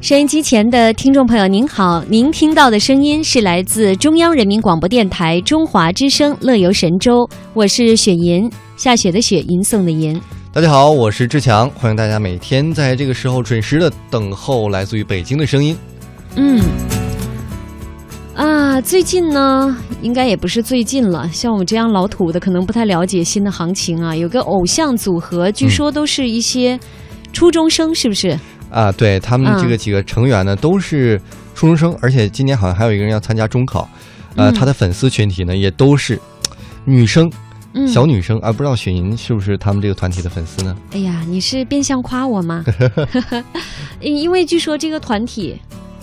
收音机前的听众朋友，您好，您听到的声音是来自中央人民广播电台中华之声《乐游神州》，我是雪银，下雪的雪，银送的银。大家好，我是志强，欢迎大家每天在这个时候准时的等候来自于北京的声音。嗯，啊，最近呢，应该也不是最近了，像我这样老土的，可能不太了解新的行情啊。有个偶像组合，据说都是一些初中生，是不是？啊，对他们这个嗯几个成员呢，都是初中生，而且今年好像还有一个人要参加中考。呃，嗯他的粉丝群体呢，也都是女生，嗯，小女生啊，不知道雪银是不是他们这个团体的粉丝呢？哎呀，你是变相夸我 吗？因因为据说这个团体，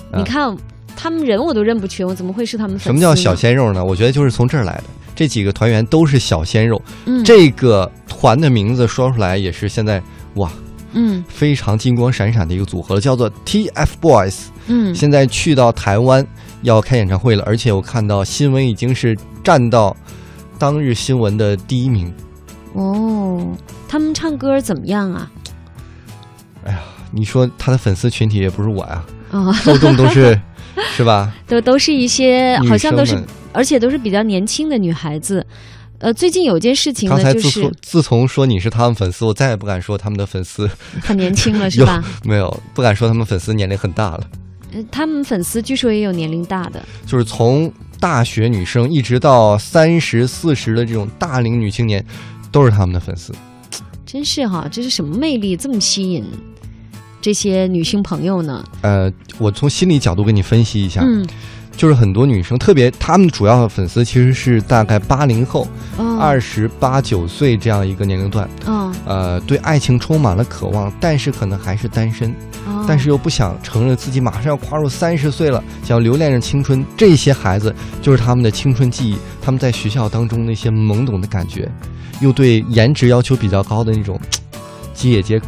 啊你看他们人我都认不全，我怎么会是他们粉丝？什么叫小？鲜肉呢？我觉得就是从这儿来的。这几个团员都是小鲜肉，嗯，这个团的名字说出来也是现在哇嗯非常金光闪闪的一个组合了，叫做 TFBOYS。嗯现在去到台湾要开演唱会了，而且我看到新闻已经是占到当日新闻的第一名。哦，他们唱歌怎么样啊？你说他的粉丝群体也不是我 呀、啊、受众都是是吧？都都是一些女呃好像都是生们，而且都是比较年轻的女孩子。呃，最近有件事情刚呢，才就自从、是自从说你是他们粉丝，我再也不敢说他们的粉丝很年轻 了，是有吧？没有，不敢说他们粉丝年龄很大了，呃他们粉丝据说也有年龄大的，就是从大学女生一直到三十四十的这种大龄女青年，都是他们的粉丝。真是哈、这是什么魅力这么吸引这些女性朋友呢？呃，我从心理角度给你分析一下，嗯，就是很多女生，特别她们主要的粉丝其实是大概八零后，哦二十八九岁这样一个年龄段，哦，呃，对爱情充满了渴望，但是可能还是单身，哦但是又不想承认自己马上要跨入三十岁了，想要留恋着青春。这些孩子就是他们的青春记忆，他们在学校当中那些懵懂的感觉，又对颜值要求比较高的那种嘖姐姐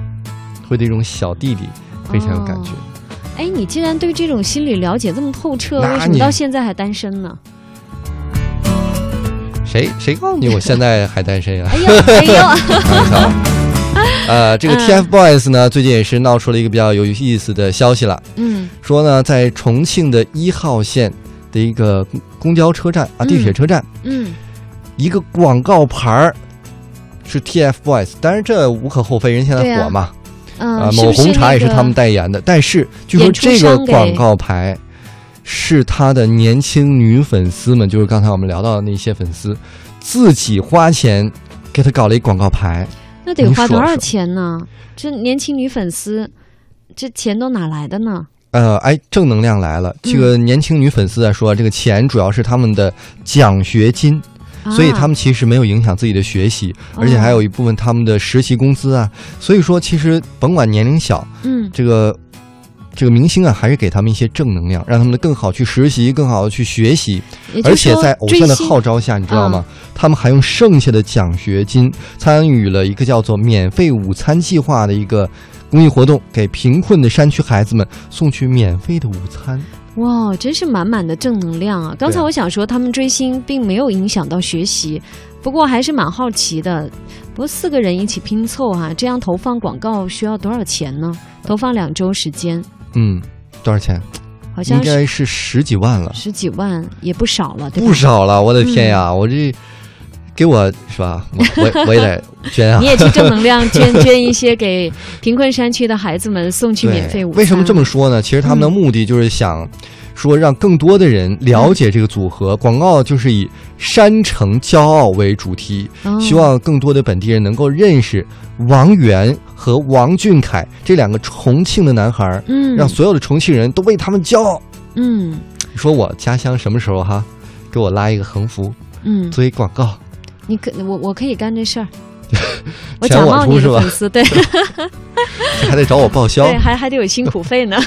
或者一种小弟弟非常有感觉。哎，你竟然对这种心理了解这么透彻，那为什么你到现在还单身 呢？谁谁告诉你我现在还单身呀、啊哎呦，哎呦， 开玩笑。呃，这个嗯 TFBOYS 呢，最近也是闹出了一个比较有意思的消息了，嗯说呢，在重庆的一号线的一个公公交车站啊，嗯地铁车站，嗯，一个广告牌儿是 TFBOYS，当然这无可厚非，人现在对啊火嘛，呃，某红茶也是不是那他们个代言的，但是据说演出这个商给广告牌是他的年轻女粉丝们，就是刚才我们聊到的那些粉丝，自己花钱给他搞了一广告牌。那得你花说多少说钱呢？这年轻女粉丝，这钱都哪来的呢？呃，哎，正能量来了！这个年轻女粉丝在说啊，这个钱主要是他们的奖学金，所以啊他们其实没有影响自己的学习，而且还有一部分他们的实习工资啊。所以说，其实甭管年龄小，嗯这个这个明星啊，还是给他们一些正能量，让他们更好去实习，更好的去学习。也就而是且说在偶追像的星啊号召下，你知道吗？他们还用剩下的奖学金参与了一个叫做“免费午餐计划”的一个公益活动，给贫困的山区孩子们送去免费的午餐。哇，真是满满的正能量啊！刚才对啊我想说，他们追星并没有影响到学习，不过还是蛮好奇的。不过四个人一起拼凑哈、这样投放广告需要多少钱呢？投放两周时间，嗯，多少钱？好应像是该是十几万了，十几万，也不少了， 对吧？嗯不少了！我的天呀，我这给我是吧？我我我也得捐啊 你！也去正能量捐 捐一些给贫困山区的孩子们送去对免费午餐。为什么这么说呢？其实他们的嗯目的就是想说让更多的人了解这个组合。广告就是以“山城骄傲”为主题，哦希望更多的本地人能够认识王源和王俊凯这两个重庆的男孩儿，嗯让所有的重庆人都为他们骄傲。嗯你说我家乡什么时候哈， 给我拉一个横幅嗯，作为广告？ 你可我我可以干这事儿，我全假我冒出你是的吧粉丝， 对还得找我报销对，。还还得有辛苦 费呢。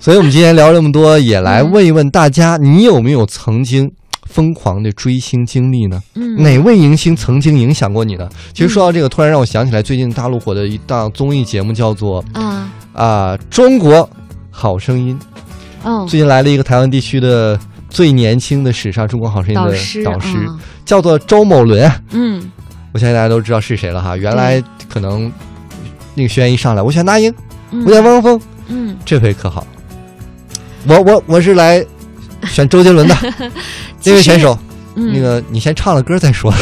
所以我们今天聊这么多，也来嗯问一问大家，你有没有曾经疯狂的追星经历呢？嗯，哪位明星曾经影响过你呢？其实说到这个，突然让我想起来最近大陆火的一档综艺节目，叫做啊啊、中国好声音》。哦，最近来了一个台湾地区的最年轻的史上中国好声音导的师导师，啊叫做周某伦。嗯我相信大家都知道是谁了哈。原来可能那个学员一上来，我选那英，嗯我选汪峰，嗯这回可好，我我我是来选周杰伦 的那位选手，嗯，那个你先唱了歌再说。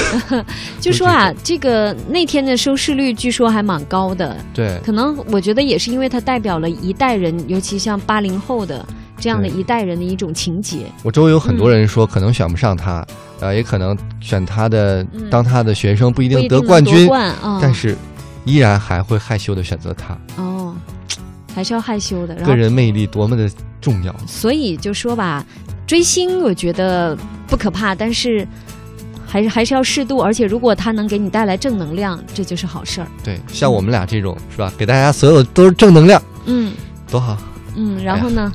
就说啊，这个那天的收视率据说还蛮高的，对，可能我觉得也是因为它代表了一代人，尤其像八零后的这样的对一代人的一种情节。我周围有很多人说可能选不上他，呃，也可能选他的嗯当他的学生不一不定一得定冠能夺军，冠啊，但是依然还会害羞的选择他。哦，还是要害羞的。然后个，人魅力多么的重要，所以就说吧，追星我觉得不可怕，但是还是还是要适度，而且如果它能给你带来正能量，这就是好事儿。对，像我们俩这种是吧，给大家所有都是正能量，嗯多好。嗯，然后呢，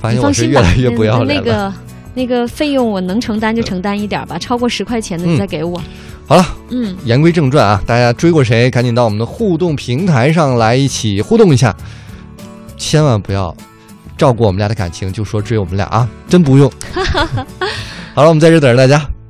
发你现我放是心越吧，来越不要那脸了。嗯那个那个费用我能承担就承担一点儿吧，超过十块钱的你再给我。好了，嗯，言归正传啊，大家追过谁，赶紧到我们的互动平台上来一起互动一下，千万不要 照顾我们俩的感情就说追我们俩啊，真不用。好了，我们在这等着大家。